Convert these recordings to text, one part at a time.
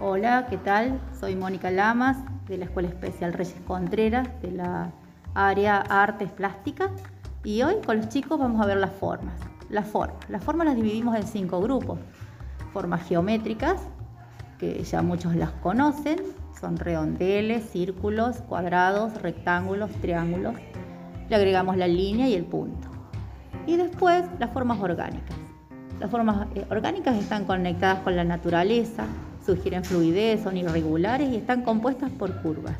Hola, ¿qué tal? Soy Mónica Lamas de la Escuela Especial Reyes Contreras de la área Artes Plásticas y hoy con los chicos vamos a ver las formas. Las formas, las, formas las dividimos en cinco grupos. Formas geométricas, que ya muchos las conocen, son redondeles, círculos, cuadrados, rectángulos, triángulos. Le agregamos la línea y el punto. Y después las formas orgánicas. Las formas eh, orgánicas están conectadas con la naturaleza, sugieren fluidez, son irregulares y están compuestas por curvas.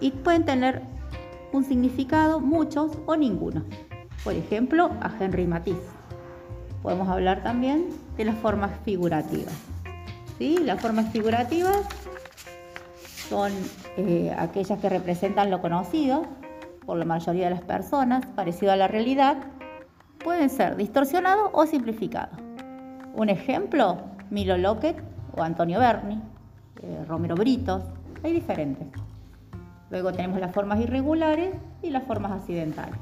Y pueden tener un significado, muchos o ninguno. Por ejemplo, a Henry Matisse. Podemos hablar también de las formas figurativas. ¿Sí? Las formas figurativas son eh, aquellas que representan lo conocido por la mayoría de las personas, parecido a la realidad. Pueden ser distorsionados o simplificados. Un ejemplo, Milo Lockett o Antonio Berni, eh, Romero Britos, hay diferentes. Luego tenemos las formas irregulares y las formas accidentales.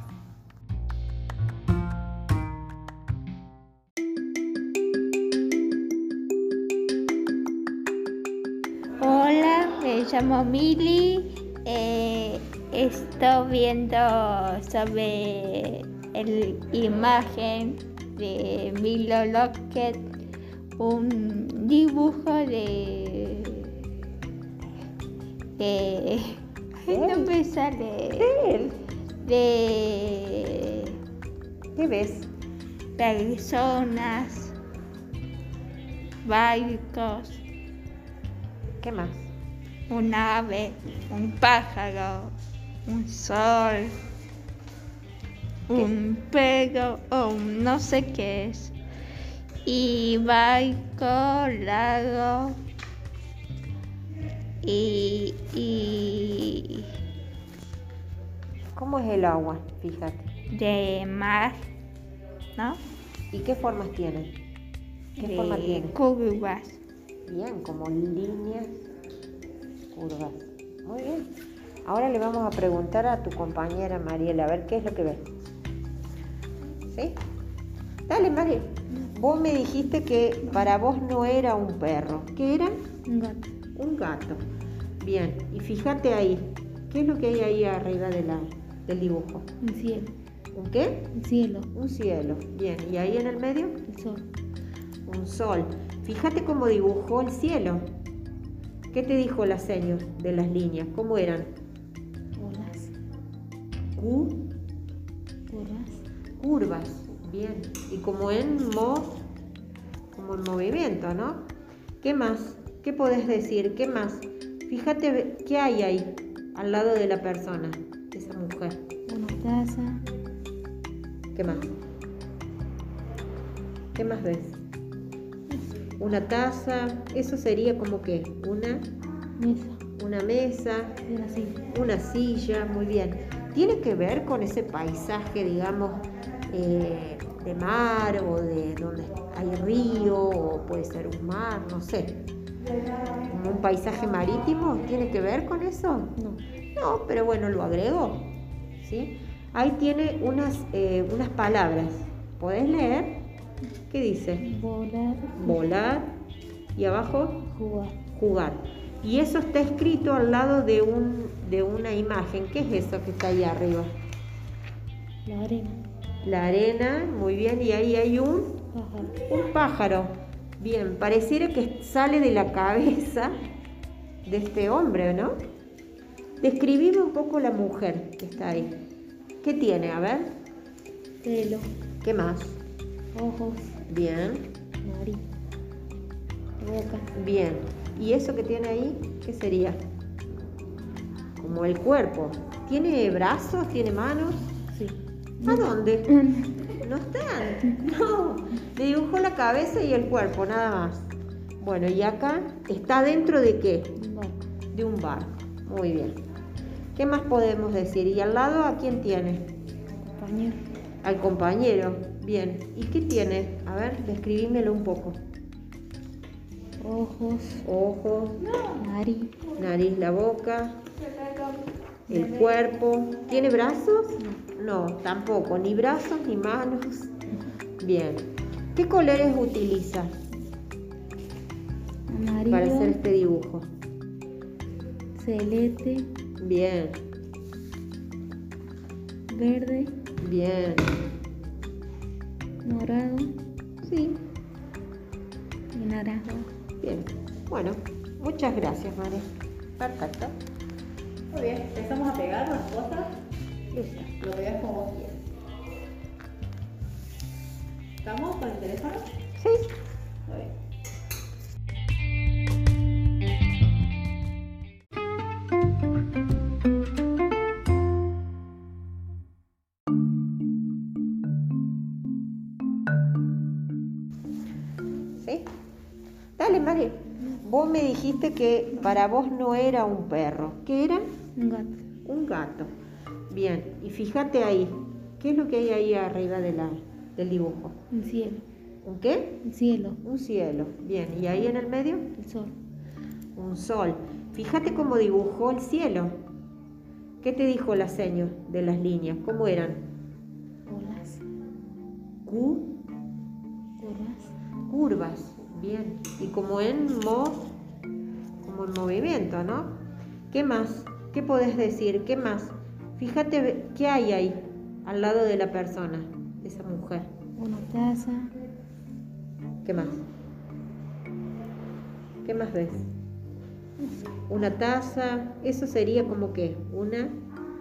Hola, me llamo Mili. Eh, estoy viendo sobre la imagen de Milo Lockett un dibujo de. de. Ay, no me sale. De. ¿Qué ves? Personas, barcos. ¿Qué más? Un ave, un pájaro, un sol, ¿Qué? un perro o oh, no sé qué es y barco, lago y, y, ¿Cómo es el agua? Fíjate. De mar, ¿no? ¿Y qué formas tiene? ¿Qué de forma tiene? Curvas. Bien, como líneas curvas. Muy bien. Ahora le vamos a preguntar a tu compañera Mariela a ver qué es lo que ve. ¿Sí? Dale, Mariela. Vos me dijiste que para vos no era un perro, ¿qué era? Un gato. Un gato. Bien, y fíjate ahí, ¿qué es lo que hay ahí arriba de la, del dibujo? Un cielo. ¿Un qué? Un cielo. Un cielo, bien, ¿y ahí en el medio? El sol. Un sol. Fíjate cómo dibujó el cielo. ¿Qué te dijo la señor de las líneas? ¿Cómo eran? Olas. Q. Curvas. Curvas. Bien. Y como en mo, como en movimiento, ¿no? ¿Qué más? ¿Qué podés decir? ¿Qué más? Fíjate qué hay ahí al lado de la persona, de esa mujer. Una taza. ¿Qué más? ¿Qué más ves? Una taza, eso sería como que una mesa. Una mesa, una silla. Una silla, muy bien. Tiene que ver con ese paisaje, digamos, eh, de mar o de donde hay río o puede ser un mar, no sé. Como un paisaje marítimo, ¿tiene que ver con eso? No. No, pero bueno, lo agrego. ¿sí? Ahí tiene unas, eh, unas palabras. ¿Podés leer? ¿Qué dice? Volar. Volar. Y abajo, Jugar. jugar. Y eso está escrito al lado de, un, de una imagen. ¿Qué es eso que está ahí arriba? La arena. La arena, muy bien, y ahí hay un, Pájaro. un pájaro. Bien, pareciera que sale de la cabeza de este hombre, ¿no? Describime un poco la mujer que está ahí. ¿Qué tiene? A ver, Pelo. ¿qué más? Ojos. Bien, Nariz. Boca. bien. ¿Y eso que tiene ahí? ¿Qué sería? Como el cuerpo. ¿Tiene brazos? ¿Tiene manos? Sí. ¿A dónde? No están. No. Le dibujó la cabeza y el cuerpo, nada más. Bueno, y acá está dentro de qué? Un barco. De un barco. Muy bien. ¿Qué más podemos decir? ¿Y al lado a quién tiene? Compañero. Al compañero. Bien. ¿Y qué tiene? A ver, describímelo un poco. Ojos. Ojos, Nariz. nariz, la boca. el cuerpo. ¿Tiene brazos? No, tampoco, ni brazos ni manos. Bien. ¿Qué colores utiliza Amarillo, para hacer este dibujo? celeste, Bien, verde, bien. morado Sí, y naranja. bien. Bueno, muchas gracias, Mare. Perfecto. Muy bien, empezamos a pegar las cosas. Listo. Lo pegas como vos quieras. ¿Estamos con el teléfono? Sí. Muy bien. ¿Sí? Dale, Mari. Vos me dijiste que para vos no era un perro. ¿Qué era? Un gato. Un gato. Bien. Y fíjate ahí. ¿Qué es lo que hay ahí arriba de la- del dibujo? Un cielo. ¿Un qué? Un cielo. Un cielo. Bien. ¿Y ahí en el medio? El sol. Un sol. Fíjate cómo dibujó el cielo. ¿Qué te dijo la seño de las líneas? ¿Cómo eran? Olas. Cu, Curvas. curvas. Bien. Y como en mo, como en movimiento, ¿no? ¿Qué más? ¿Qué podés decir? ¿Qué más? Fíjate ve- qué hay ahí al lado de la persona, de esa mujer. Una taza. ¿Qué más? ¿Qué más ves? Una taza, eso sería como que una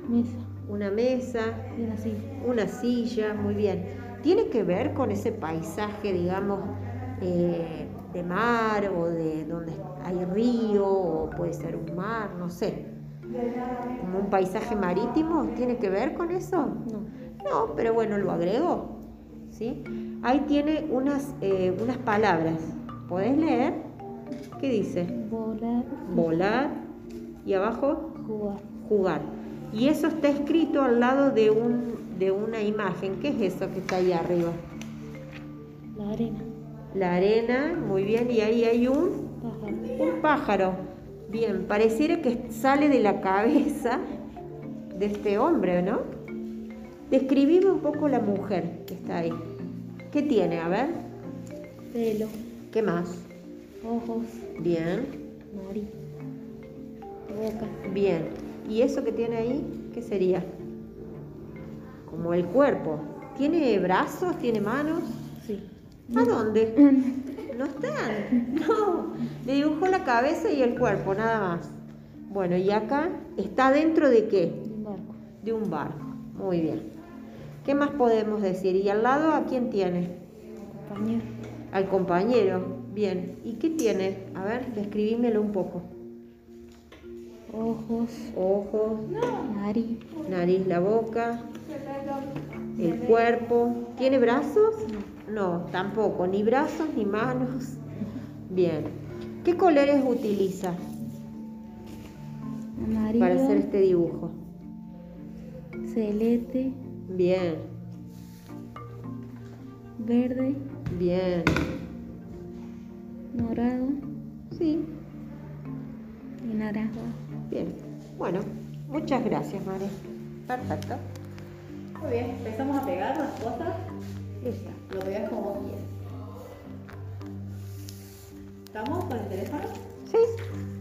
Mesa. una mesa, Y una silla. una silla, muy bien. ¿Tiene que ver con ese paisaje, digamos, eh, de mar o de donde hay río o puede ser un mar, no sé? ¿Como un paisaje marítimo? ¿Tiene que ver con eso? No. No, pero bueno, lo agrego. ¿sí? Ahí tiene unas, eh, unas palabras. ¿Podés leer? ¿Qué dice? Volar. Volar y abajo Jugar. jugar. Y eso está escrito al lado de, un, de una imagen. ¿Qué es eso que está ahí arriba? La arena. La arena, muy bien, y ahí hay un, Pájaro. un pájaro. Bien, pareciera que sale de la cabeza de este hombre, ¿no? Describime un poco la mujer que está ahí. ¿Qué tiene? A ver, Pelo. ¿qué más? Ojos. Bien, Nariz. Boca. bien. ¿Y eso que tiene ahí? ¿Qué sería? Como el cuerpo. ¿Tiene brazos? ¿Tiene manos? Sí. ¿A dónde? No están. No. Le dibujó la cabeza y el cuerpo, nada más. Bueno, y acá está dentro de qué? Un barco. De un barco. Muy bien. ¿Qué más podemos decir? ¿Y al lado a quién tiene? Compañero. Al compañero. Bien. ¿Y qué tiene? A ver, describímelo un poco. Ojos. Ojos, Nariz. nariz, la boca, el cuerpo. ¿Tiene brazos? No, tampoco. Ni brazos ni manos. Bien. ¿Qué colores utiliza? Amarillo. para hacer este dibujo. Celeste. Bien, Verde. bien, Morado. sí, Y naranja. bien. Bueno, muchas gracias, Mare. Perfecto. Muy bien, empezamos a pegar las cosas. Listo. Lo pegas como vos quieras. ¿Estamos con el teléfono? Sí,